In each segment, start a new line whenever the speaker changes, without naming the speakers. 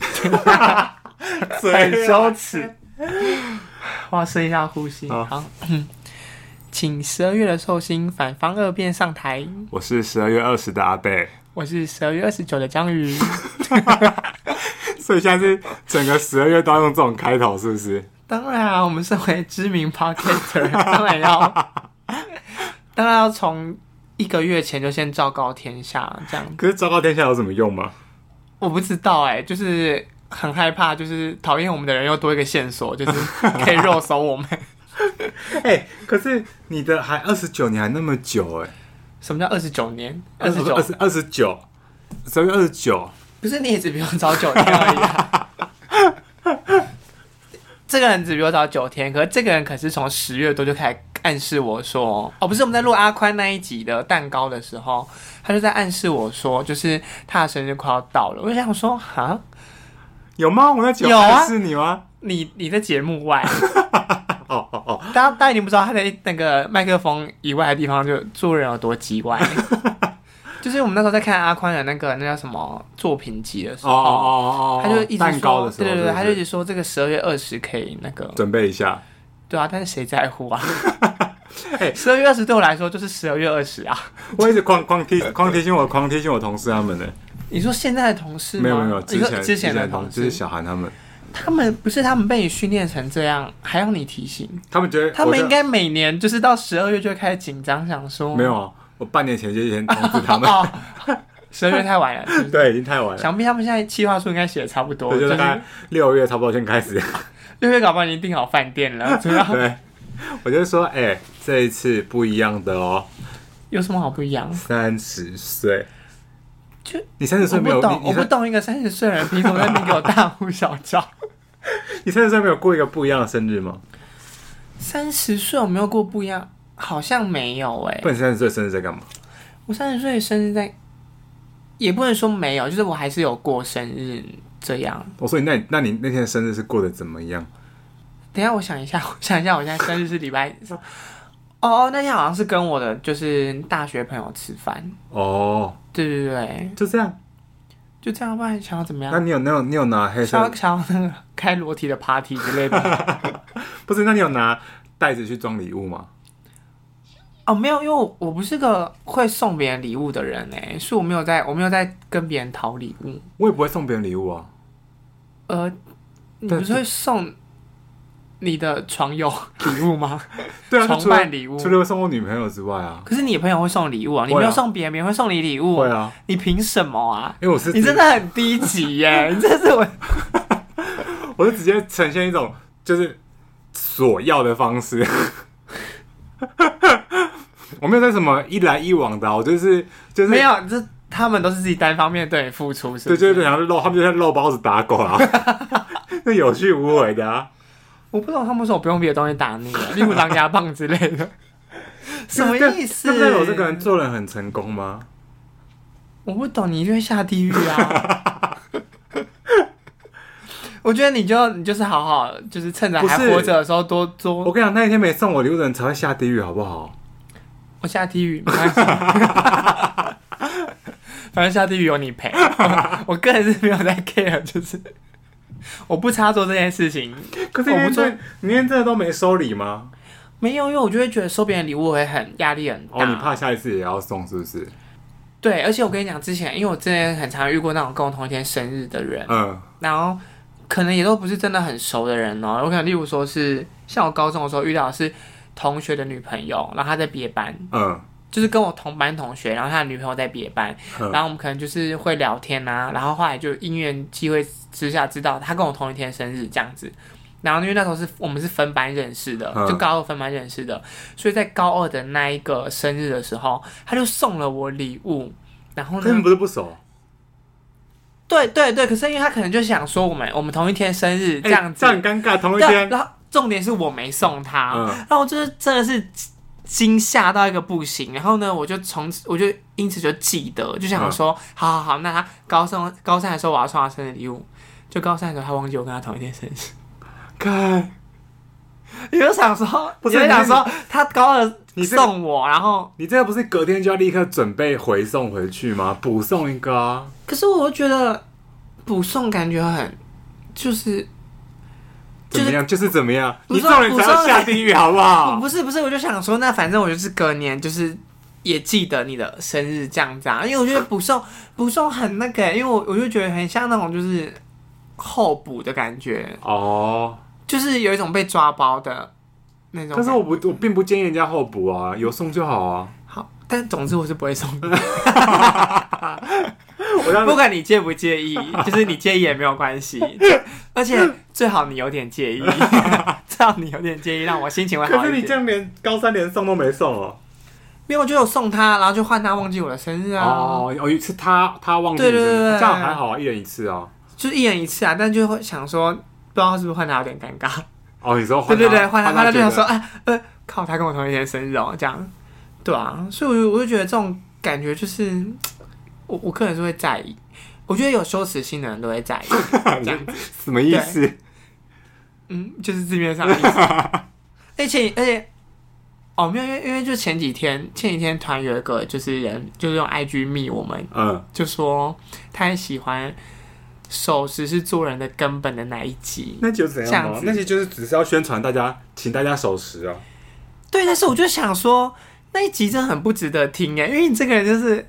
很啊
很
羞耻。我要深一哦下呼吸。
好
好，请十二月的寿星反方二辩上台。
我是十二月二十的阿贝，
我是十二月二十九的江鱼。
所以现在是整个十二月都要用这种开头，是不是？
当然啊，我们身为知名 podcaster，当 然要，当然要从一个月前就先昭告天下，这样
可是昭告天下有什么用吗？
我不知道哎、就是很害怕，就是讨厌我们的人又多一个线索，就是可以肉搜我们。
哎、可是你的还二十九，你还那么久哎、
什么叫二十九年？二十九
二十二十九，十二月二十九，
不是你也只比我早九天而已、啊。 这个人只比我早九天，可是这个人可是从十月多就开始暗示我说，哦，不是我们在录阿宽那一集的蛋糕的时候，他就在暗示我说，就是他的生日快要到了。我就想说，哈，
有吗？我那九
有啊
暗示你吗？
你你在节目外，
哦哦哦，
大家大家已经不知道他在那个麦克风以外的地方就做人有多叽歪。就是我们那时候在看阿宽的那个那叫什么作品集的时
哦
候，
哦哦哦，
他就一直说
蛋糕的时候，
对对对，他就一
是
直说这个十二月二十可以那个，
准备一下。
对啊，但是谁在乎啊
哎？
十二月二十对我来说就是十二月二十啊。
我一直狂狂提狂提醒我狂提醒我同事他们呢，
你说现在的同事吗
没有没有，
你
之
说
前
之前的
的
同
就是
事，
小韩他们，
他们不是他们被你训练成这样，还要你提醒？
他们觉得
他
我
们
就
应该每年就是到十二月就会开始紧张，想说
没有啊，我半年前就先通知他们，
哦， 十二月太晚了。是不 是，
对，已经太晚了，
想必他们现在计划书应该写的差不多，
对，就
就
大
是
概六月差不多先开始，
六月搞不好已经订好饭店了，啊主要
对，我就说，哎，这一次不一样的哦，
有什么好不一样？
三十岁，
就
你三十岁
我
没
不
有，
懂，
你
我
你
不
三
懂一个三十岁的人凭什么在那边给我大呼小叫？
你三十岁没有过一个不一样的生日吗？
三十岁有没有过不一样？好像没有哎、
不然你三十岁生日在干嘛？
我三十岁的生日在，也不能说没有，就是我还是有过生日这样。
我说你那你那你那天的生日是过得怎么样？
等一下我想一下，我想一下，我现在生日是礼拜。哦哦，那天好像是跟我的就是大学朋友吃饭，
哦，
对对对，
就这样。
就这样，不然想要怎么
那
样？
你有那有你有拿黑
想
色
要想要那个开裸体的 party 之类的？
不是？那你有拿袋子去装礼物吗？
哦，没有，因为我我不是个会送别人礼物的人哎，所以我没有在我没有在跟别人讨礼物。
我也不会送别人礼物啊。
呃，你
但
不是会送你的床友礼物 吗？
对啊，
床
除了
伴礼物。
除了会送我女朋友之外啊，
可是你朋友会送礼物啊，你没
会
有
啊
送别人，别人会送你礼物
会，啊，
你凭什么啊？
因为我是
你真的很低级 耶！你这是我
我是直接呈现一种就是索要的方式。 我没有在什么一来一往的啊、我就是就是
没，有，这他们都是自己单方面对你付出，是不
对
是？
对对，然后肉他们就在肉包子打狗啊， 那有去无回的啊。
我不懂他们说我不用别的东西打你啊，例如狼牙棒之 类的，什么意思？
那不代表我这个人做人很成功吗？
我不懂，你就会下地狱啊！ 我觉得你就你就是好好，就是趁着
不
还
是
活着的时候多
我
多。
跟你讲，那一天没送我礼物的人才会下地狱，好不好？
我下地狱，没关 系反正下地狱有你陪。我个人是没有在 care，就是我不插手这件事情。
可是
哦我
你
不
连
做
这你连这都没收礼吗？
没有，因为我就会觉得收别人礼物会很压力很大。
哦，你怕下一次也要送是不是？
对，而且我跟你讲，之前因为我之前很常遇过那种跟我同一天生日的人，
嗯，
然后可能也都不是真的很熟的人哦。有可能例如说是像我高中的时候遇到的是同学的女朋友，然后她在别班，
嗯
就是跟我同班同学，然后他的女朋友在别班，
嗯
然后我们可能就是会聊天啊，然后后来就因缘机会之下知道他跟我同一天生日这样子。然后因为那时候是我们是分班认识的，
嗯
就高二分班认识的，所以在高二的那一个生日的时候，他就送了我礼物。然后
可
呢，
是你们不是不熟？
对对对，可是因为他可能就想说我们我们同一天生日这样
哎
子，
这样很尴尬，同一
对
天，
然后重点是我没送他，
嗯
然后我就是真的是惊吓到一个不行。然后呢，我就从此我就因此就记得，就想说，好好好，那他高三高三的时候我要送他生日礼物，就高三的时候他忘记我跟他同一天生日，
看。
你就想说，
不是
你就想说他高二
你这个
送我，然后
你这个不是隔天就要立刻准备回送回去吗？补送一个啊！
可是我又觉得补送感觉很就是
怎么样就是怎么样，
不
你
是
这种人才要下地狱好不好？
不是不是，我就想说，那反正我就是隔年就是也记得你的生日这样子啊，因为我觉得补 送补送很那个、因为我我就觉得很像那种就是候补的感觉，
哦，
就是有一种被抓包的那种感觉。
但是我不，我并不建议人家候补啊，有送就好 啊。
好，但总之我是不 会送的，
我让
不管你介不介意，就是你介意也没有 关系，而且最好你有点介意， 最好你有点介意，让我心情会
可
好
是
一
你这
点。
样连高三连送都没送哦。
没有，我就有送他，然后就换他忘记我的生日啊。
哦，有一次他他忘记
对
你
对
生日
对对
这样还好啊，一人一次啊。
就是一人一次啊，但就会想说，不知道是不是换他有点尴尬。
哦，你说
对
换
对对，换他，
他
换他就想
觉
说，
得
哎呃，靠，他跟我同一天生日哦，这样，对啊，所以我就我就觉得这种感觉就是，我我个人是会在意，我觉得有羞耻心的人都 会在意，这样，
什么意思？
嗯，就是字面上的 意思。而且而且，哦，没有，因为因为就前几天前几天团有一个就是人就是用 IG 密我们，
嗯，
就说他很喜欢守时是做人的根本的那一集，
那就怎
这
样
样
嘛
子？
那些就是只是要宣传大家，请大家守时啊。
对，但是我就想说，那一集真的很不值得听哎，因为你这个人就是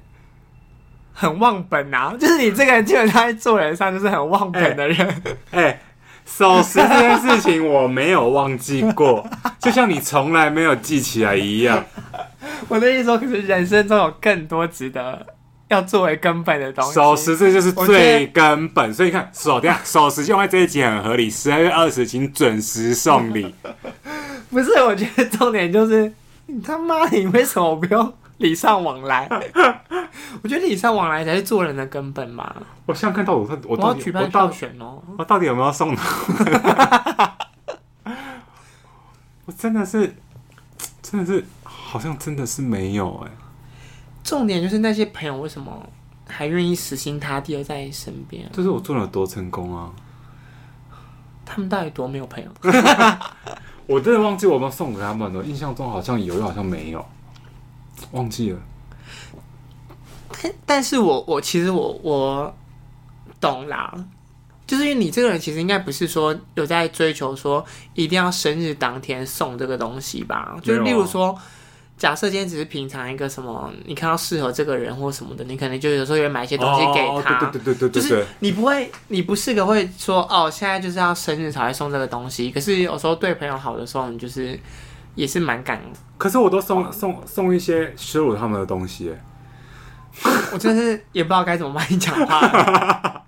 很忘本啊，就是你这个人基本上在做人上就是很忘本的人。
哎、守时这件事情我没有忘记 过，就像你从来没有记起来一样。
我的意思说，可是人生中有更多值得要作为根本的东西。
守时这就是
我觉得
最根本，所以你看守等一下守时用在这一集很合理。十二月二十，请准时送礼。
不是，我觉得重点就是你他妈，你为什么不用礼尚往来？ 我觉得礼尚往来才是做人的根本嘛。
我想看到我到我
我要
到
举
底我
办
到
票
底
选哦。
我到底有没有送呢？ 我真的是，真的是，好像真的是没有哎、
重点就是那些朋友为什么还愿意死心塌地的在你身边？啊
就是我做了多成功啊！
他们到底多没有朋友？
我真的忘记我有没有送给他们了，印象中好像有，又好像没有，忘记了。
但但是我我其实我我懂啦，就是因为你这个人其实应该不是说有在追求说一定要生日当天送这个东西吧？就是
没
例
有啊
如说，假设今天只是平常一个什么，你看到适合这个人或什么的，你可能就有时候也买一些东西给
哦
他。
对对对对
就
对对
是
对，
你不会，你不是个会说哦，现在就是要生日才会送这个东西。可是有时候对朋友好的时候，你就是也是蛮感
可是我都送送送一些羞辱他们的东西、欸，
我真是也不知道该怎么帮你讲话了。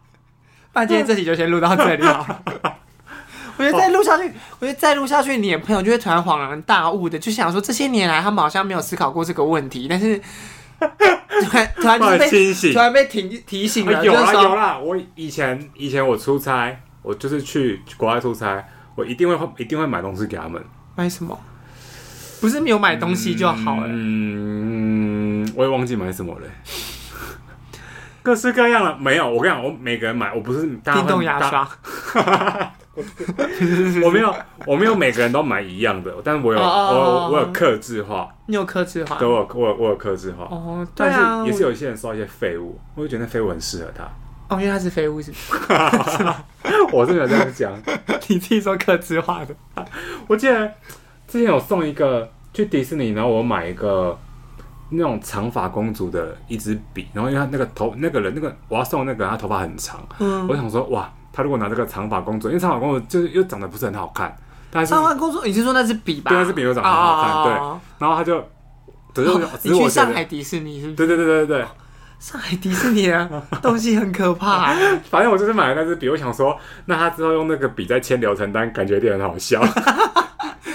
那今天这集就先录到这里好了。我觉得再录下去，我觉得再录下去，你的朋友就会突然恍然大悟的，就想说这些年来他们好像没有思考过这个问题，但是突然突 然
突
就是
然
被
清醒
突然被提提醒了，
哎有
就是
啦有啊
说
啦，我以前以前我出差，我就是去去国外出差，我一定会一定会买东西给他们。
买什么？不是没有买东西就好了，
嗯，我也忘记买什么了。各式各样了，没有。我跟你讲，我每个人买，我不是大家
电
会
动牙，
大
刷。
嗯 我没有，我没有每个人都买一样的，但我有，
哦哦哦
我我有克制化，
你有克制化
对，？我有我有我有克制化。
哦，对啊，
但是也是
我
有一些人收到一些废物，我就觉得那废物很适合他。
哦，因为他是废物，是不 是
我是没有这样讲，
你自己说克制化的。
我记得之前有送一个去迪士尼，然后我买一个那种长发公主的一支笔，然后因为她那个头那个人那个我要送那个人，她头发很长，
嗯
我，想说哇，她如果拿这个长发公主，因为长发公主就是又长得不是很好看，但是
上万工作，你是说那支笔吧？
对那支笔我长得很好看对然后她就只是我
哦
只是
你去
我觉
上海
得。
迪士尼是不是？
对对对对对，
上海迪士尼的东西很 可怕、欸，
反正我就是买了那支笔，我想说，那她之后用那个笔在签流程单，感觉有点很好 笑。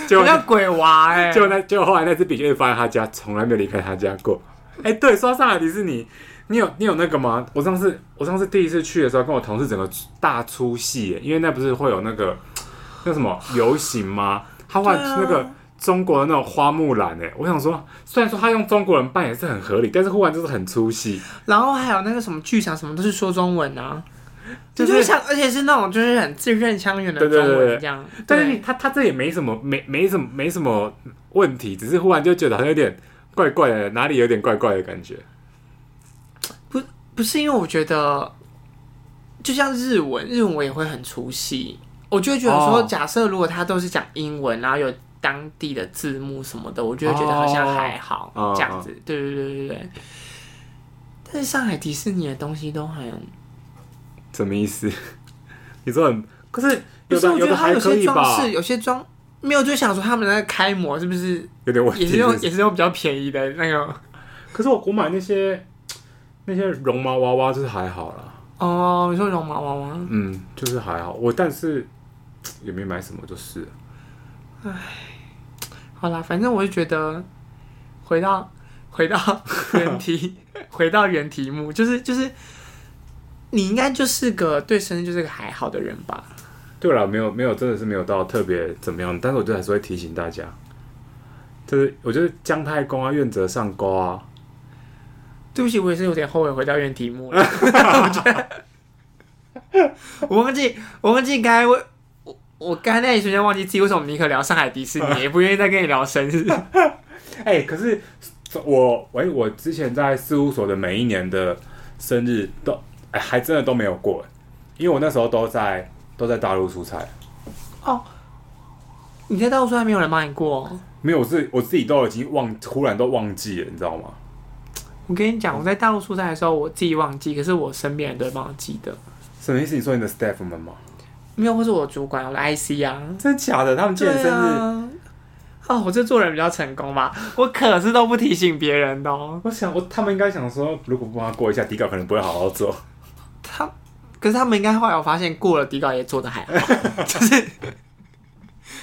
结
我
果
叫鬼娃哎、
结果那结果后来那只笔就一直放在他家，从来没有离开他家过。哎、对，说到上海迪士尼，你有你有那个吗？我上次我上次第一次去的时候，跟我同事整个大出戏耶，因为那不是会有那个那什么游行吗？他换
对啊
那个中国的那种花木兰，哎，我想说，虽然说他用中国人扮也是很合理，但是忽然就是很出戏。
然后还有那个什么剧场，什么都是说中文啊，
就
就是是想，而且是那种就是很字正腔圆的
对
中
对对
文
对
这样。
但是你他他这也没什么没没什么没什么问题，只是忽然就觉得好像有点怪怪的，哪里有点怪怪的感觉。
不是因为我觉得就像日文，日文我也会很出戏。我就会觉得说，
哦
假设如果他都是讲英文，然后有当地的字幕什么的，我就会觉得好像还好、
哦
这样子。对对对对对。但是上海迪士尼的东西都很，
什么意思？ 你说很，可是
不
有
是
的
我觉得
的
它
还
有
可
些
以
装
吧，
饰，有些装没有，就想说他们在开模是不是
有点问
也
题
是
是不
用
是
也是用比较便宜的那个
可是我我买那些那些绒毛娃娃就是还好啦，
哦？你说绒毛娃娃？
嗯，就是还好。我但是也没买什么，就是了
好啦，反正我就觉得回到回到原题，回到原题目，就是就是你应该就是个对生日就是个还好的人吧？
对了，没有没有，真的是没有到特别怎么样，但是我就还是会提醒大家，就是我觉得姜太公啊、愿者上钩啊，
对不起，我也是有点后悔回到原题目了。 我觉得我忘记我忘记刚才我我我刚才那一瞬间忘记自己为什么尼克聊上海迪士尼，也不愿意再跟你聊生日。
哎、可是我喂、我之前在事务所的每一年的生日都哎、还真的都没有过，因为我那时候都在都在大陆出差，
你在到处还没有人帮你过。哦
没有我是我自己都已经忘，突然都忘记了，你知道吗？
我跟你讲，我在大陆出差的时候，我自己忘记，可是我身边人都会帮我记得。
什么意思？你说你的 staff 们吗？
没有，或是我主管，我的 IC 啊，
真的假的？他们今年生日，
啊。哦，我这做人比较成功吧，我可是都不提醒别人的、哦。
我想我他们应该想说，如果不帮他过一下底稿，可能不会好好做。
他，可是他们应该后来我发现过了底稿也做的还好， 就是，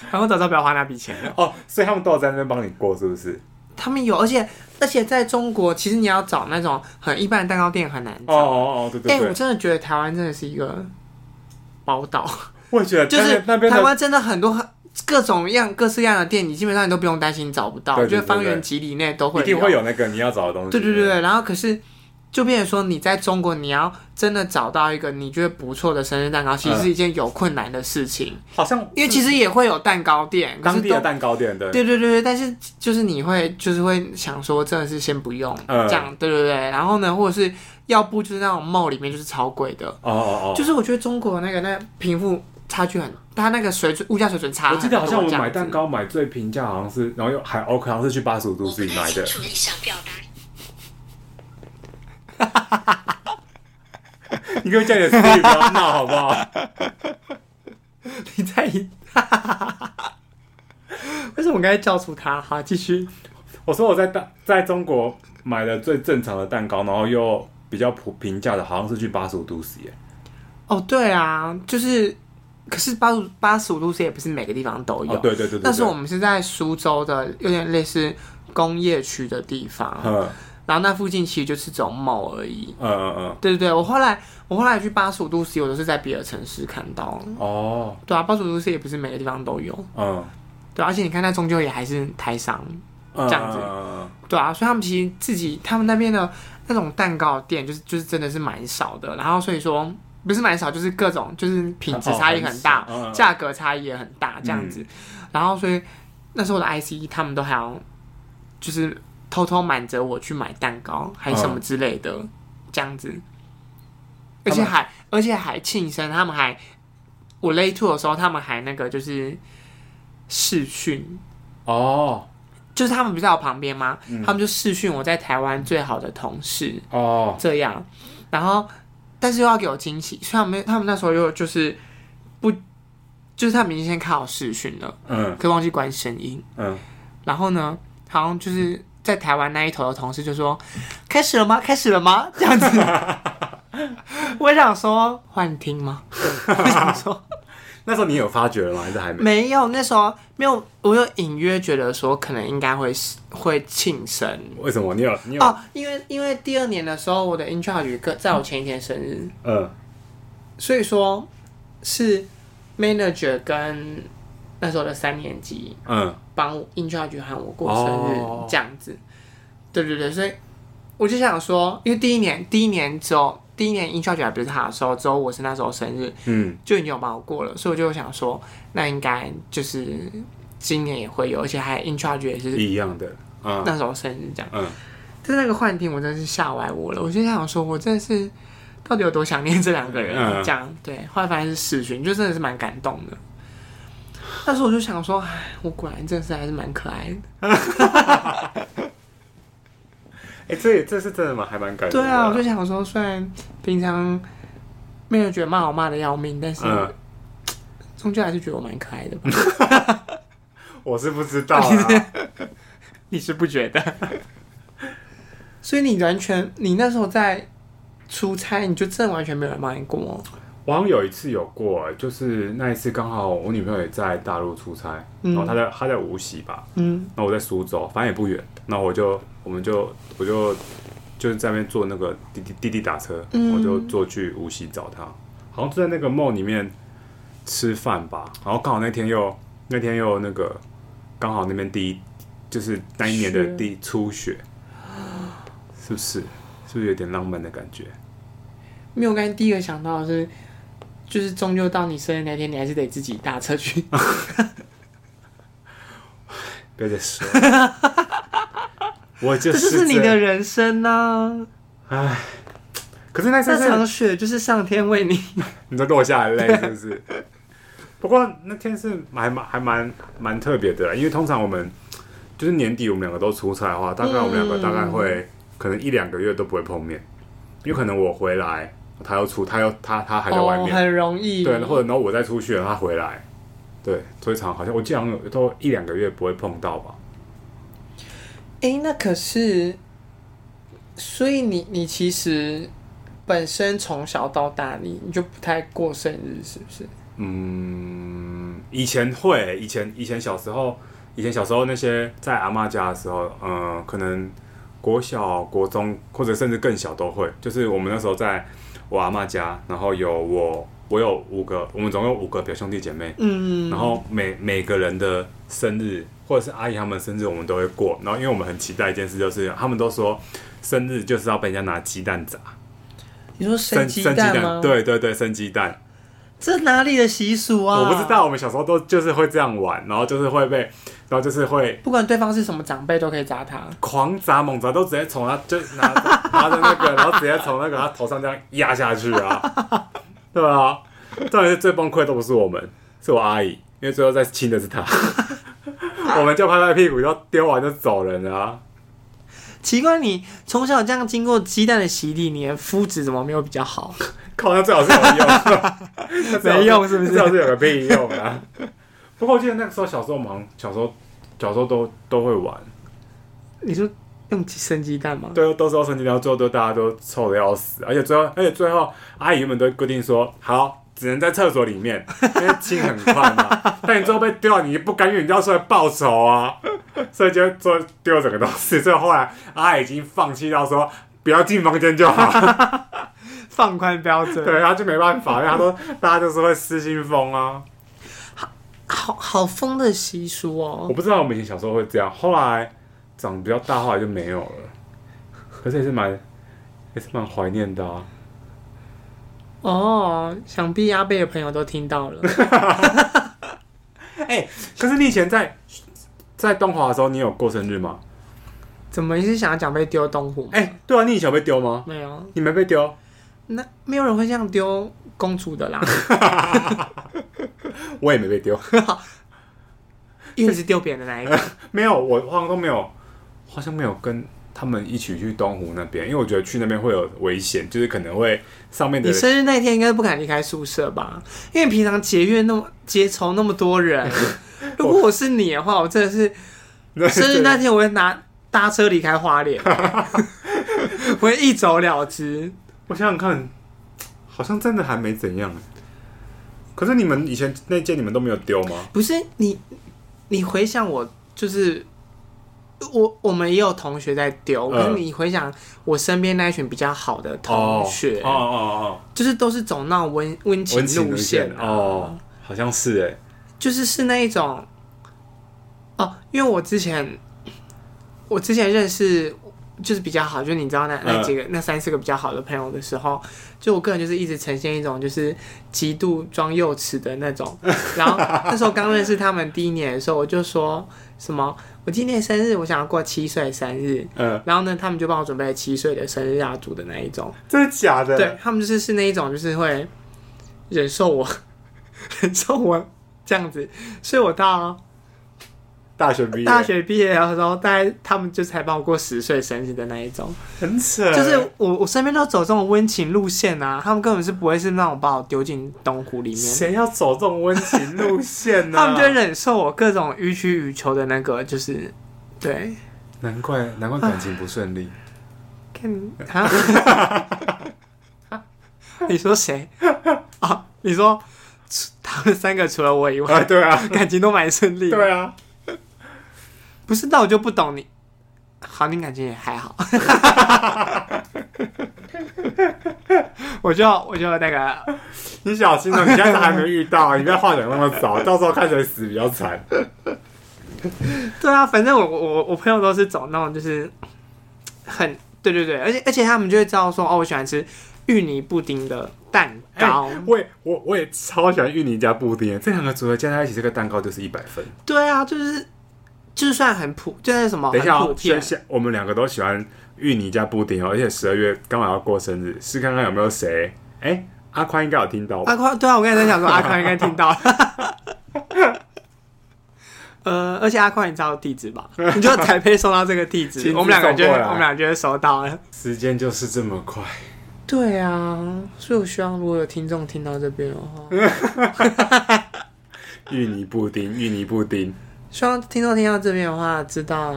然后我早知道不要花那笔钱了。
哦，所以他们都有在那边帮你过，是不是？
他们有，而且而且在中国，其实你要找那种很一般的蛋糕店很难
哦
找。
哦哦，对
哎、
对对，
我真的觉得台湾真的是一个宝岛，
我也觉得
就是
那边
台
的
湾真的很多很各种样各式样的店，你基本上你都不用担心找不到，
对对
我觉得方
对对
圆几里内都会
一定会有那个你要找的东西。
对对对对，然后可是就变成说，你在中国你要真的找到一个你觉得不错的生日蛋糕，其实是一件有困难的事情，
好像
因为其实也会有蛋糕店，可
嗯当
是都
地的蛋糕店的，
对对对对，但是就是你会就是会想说，真的是先不用、
嗯
这样，对对对，然后呢，或者是要不就是那种 mall 里面就是超贵的，
哦哦
就是我觉得中国那个那贫富差距很，它那个水准物价水准差
哦，
很
我记得好像我
啊多
们
这样
买蛋
子
糕买最平价，好像是，然后又还 OK，好像是去八十五度
我不
自己
太
买
清
的。
楚你想表达
你给我叫你的司机不要闹好不好？
你在赢， 为什么我刚才叫出他？好，继续。
我说我在大在中国买的最正常的蛋糕，然后又比较普平价的，好像是去八十五度 C 耶。
哦，对啊，就是，可是八十八十五度 C 也不是每个地方都有。
哦，对对对对。
但是
对
我们是在苏州的，有点类似工业区的地方，
嗯
然后那附近其实就是走 mall 而已。
嗯嗯嗯，
对对对，我后来我后来去八十五度 C，我都是在别的城市看到。
哦，
对啊，八十五度 C 也不是每个地方都有。
嗯，
对啊、而且你看，那终究也还是台商。
这
这样子
嗯
对啊，所以他们其实自己他们那边的那种蛋糕店，就是就是真的是蛮少的。然后所以说不是蛮少，就是各种就是品质差异很大
哦很少嗯，嗯嗯
价、格差异也很大这样子。然后所以那时候我的 ICE 他们都还要就是偷偷瞒着我去买蛋糕，还是什
嗯
么之类的、这样子。而且还而且还庆生，他们还我 late two 的时候，他们还那个就是视讯，
哦
就是他们不是在我旁边吗？
嗯
他们就视讯我在台湾最好的同事
哦，
这样，然后但是又要给我惊喜，虽然没有他们那时候又就是不，就是他们已经先看好视讯了，
嗯
可忘记关声音，
嗯，
然后呢，好像就是在台湾那一头的同事就说开始了吗？开始了吗？这样子，我想说幻听吗？我想说。
那时候你有发觉了吗？还是还没？
没有，那时候没有，我有隐约觉得说可能应该会是会庆生，
为什么你有你有？
哦，因为因为第二年的时候，我的 in charge 哥在我前一天生日，
嗯
所以说是 manager 跟那时候的三年级
嗯，
帮我 in charge 喊我过生日、
哦
这样子。对对对，所以我就想说，因为第一年第一年之后，第一年 in charge 还不是他的时候，之后我是那时候生日，
嗯，
就已经有帮我过了，所以我就想说，那应该就是今年也会有，而且还 in charge 也是
一样的。嗯
那时候生日这样。
嗯
但是那个幻听我真的是吓歪我了，我就想说，我真的是到底有多想念这两个人？
嗯
这样对，后来发现是视讯，就真的是蛮感动的。那时候我就想说，哎，我果然真的是还是蛮可爱的。
哎、这也这是真的吗？还蛮感动
对
的
啊，我就想说，虽然平常没有觉得骂我骂的要命，但是
嗯，
终究还是觉得我蛮可爱的吧。
我是不知道啊啦。
你是不觉得？ 所以你完全，你那时候在出差，你就真的完全没有人帮你过。
我好像有一次有过，欸就是那一次刚好我女朋友也在大陆出差，
嗯
然后她在她在无锡吧，
嗯，
那我在苏州，反正也不远，那我就我们就我就就是在那边坐那个滴滴滴滴打车，
嗯
我就坐去无锡找他，好像就在那个梦里面吃饭吧，然后刚好那天又那天又那个刚好那边第一就是那一年的
雪
第初雪，是不是？是不是有点浪漫的感觉？
没有。我刚才第一个想到的是，就是终究到你生日那天，你还是得自己搭车去。
不要再说了， 我就
这
是
就是你
这
的人生呐、
可是那次
这
是
场雪就是上天为你。
你都落 下来泪是不是？不过那天是还蛮还蛮蛮特别的啦，因为通常我们就是年底我们两个都出差的话，大概我们两个大概会、
嗯
可能一两个月都不会碰面，因为可能我回来，他又出，他又他他还在外面，
很容易。
对，或者然后我再出去了，他回来，对，所以常好像我记得好像有都一两个月不会碰到吧。
哎、那可是，所以你你其实本身从小到大你，你就不太过生日，是不是？
嗯，以前会，以前以前小时候，以前小时候那些在阿嬷家的时候，呃，可能国小、国中或者甚至更小都会。就是我们那时候在我阿嬷家，然后有我，我有五个，我们总共有五个表兄弟姐妹，
嗯，
然后每每个人的生日或者是阿姨他们的生日，我们都会过。然后因为我们很期待一件事，就是他们都说生日就是要被人家拿鸡蛋砸，
你说生鸡蛋吗？，
对对对，生鸡蛋。
这哪里的习俗啊？
我不知。道，我们小时候都就是会这样玩，然后就是会被，然后就是会
不管对方是什么长辈，都可以砸他。
狂砸猛砸，都直接从他就拿拿着那个，然后直接从那个他头上这样压下去啊，对啊，当然是最崩溃的不是我们，是我阿姨，因为最后再亲的是她，我们就拍拍屁股，就丢完就走人了、啊。
奇怪，你从小这样经过鸡蛋的洗礼，你的肤质怎么没有比较好？
靠，那最好是有用，那最好
没用是不是
那最好是有个屁用啊！不过我记得那个时候小时候忙，小时候小时候都都会玩。
你说用鸡生鸡蛋吗？
对，都是要生鸡蛋，最后都大家都臭的要死，而且最后，而且最后阿姨们都规定说，好，只能在厕所里面， 因为亲很快嘛。但你最后被丢了，你不甘愿，你就要出来报仇啊，所以就做丢整个都是。所以后来阿姨已经放弃到说。不要进房间就好，
放宽标准。
对，他就没办法，因为他说大家就是会失心疯啊。
好好疯的习俗
我
哦。
不知道我们以前小时候会这样，后来长比较大，后来就没有了。可是也是蛮，也是蛮怀念的啊。
哦，想必阿贝的朋友都听 到了。
哎、可是你以前在在东华的时候，你有过生日吗？
怎么你是想要讲被丢东湖吗？
哎、对啊，你以前有被丢吗？
没有，
你没被丢，
那没有人会这样丢公主 的啦，
我也没被丢，
因为你是丢别人的那一个。
没有，我好像都没有，好像没有跟他们一起去东湖那边，因为我觉得去那边会有危险，就是可能会上面的
你
人
生日那天应该不敢离开宿舍吧？因为平常结怨那么结仇那么 多人， 如果我是你的话，我真的是生日那天我会拿搭车离开花 莲，我会一走了之。
我想想看，好像真的还没怎样。可是你们以前那届你们都没有丢吗？
不是你，你回想我就是。我我们也有同学在丢，
嗯
可是你回想我身边那一群比较好的同学，
哦哦哦
就是都是走那种温
哦，
温
文
情
情
路
路
线
线
啊
哦，好像是哎、
就是是那一种，哦，因为我之前我之前认识就是比较好，就是你知道那那几个、那三四个比较好的朋友的时候，就我个人就是一直呈现一种就是极度装幼稚的那种。然后那时候刚认识他们第一年的时候，我就说什么我今年生日，我想要过七岁生日。
嗯，
然后呢，他们就帮我准备了七岁的生日蜡烛的那一种。
真的假的？
对，他们就是是那一种，就是会忍受我， 忍受我这样子，所以我到
大学毕业，
大学毕业的时候，大概他们就才帮我过十岁生日的那一种，
很扯，
就是我我身边都走这种温情路线啊，他们根本是不会是那种把我丢进东湖里面，
谁要走这种温情路线呢、
他们就会忍受我各种予取予求的那个，就是对，
难怪难怪感情不顺利，
看啊， 你说谁啊？你说除他们三个除了我以
啊，
外，
对啊，
感情都蛮顺利的，
对啊，
不是，那我就不懂你。好，你感情也还好。 我就我就那个，
你小心哦、你现在都还没遇到，你不要话讲那么 早，到时候看谁死比较惨。
对啊，反正我我我我朋友都是走那种就是很对对对，而且而且他们就会知道说哦，我喜欢吃芋泥布丁的蛋糕。
哎我也我我也超喜欢芋泥加布丁，这两个组合加在一起，这个蛋糕就是一百分。
对啊，就是就是算很普，就是什么
等一下
很
哦
普，
下
遍。
下我们两个都喜欢芋泥加布丁哦，而且十二月刚好要过生日，试看看有没有谁哎、阿宽应该有听到吧
阿宽，对啊，我刚才在想说阿宽应该听 到。呃，而且阿宽，你知道地址吧？你就台北送到这个地
亲自
址，我们两个就
送
会
过来
我们俩就会收到了。
时间就是这么快，
对啊，所以我希望如果有听众听到这边的话，
嗯芋泥布丁，芋泥布丁，
希望听众听到这边的话，知道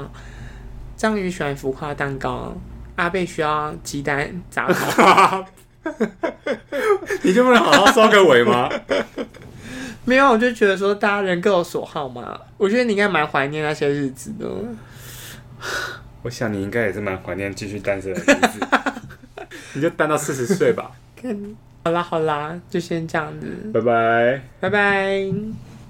章鱼喜欢浮夸蛋糕，阿贝需要鸡蛋杂 草。
你就不能好好收个尾吗？
没有，我就觉得说大家人各有所好嘛。我觉得你应该蛮怀念那些日子的。
我想你应该也是蛮怀念继续单身的日子，你就单到四十岁吧，
看，好啦好啦，就先这样子，
拜拜。
拜拜。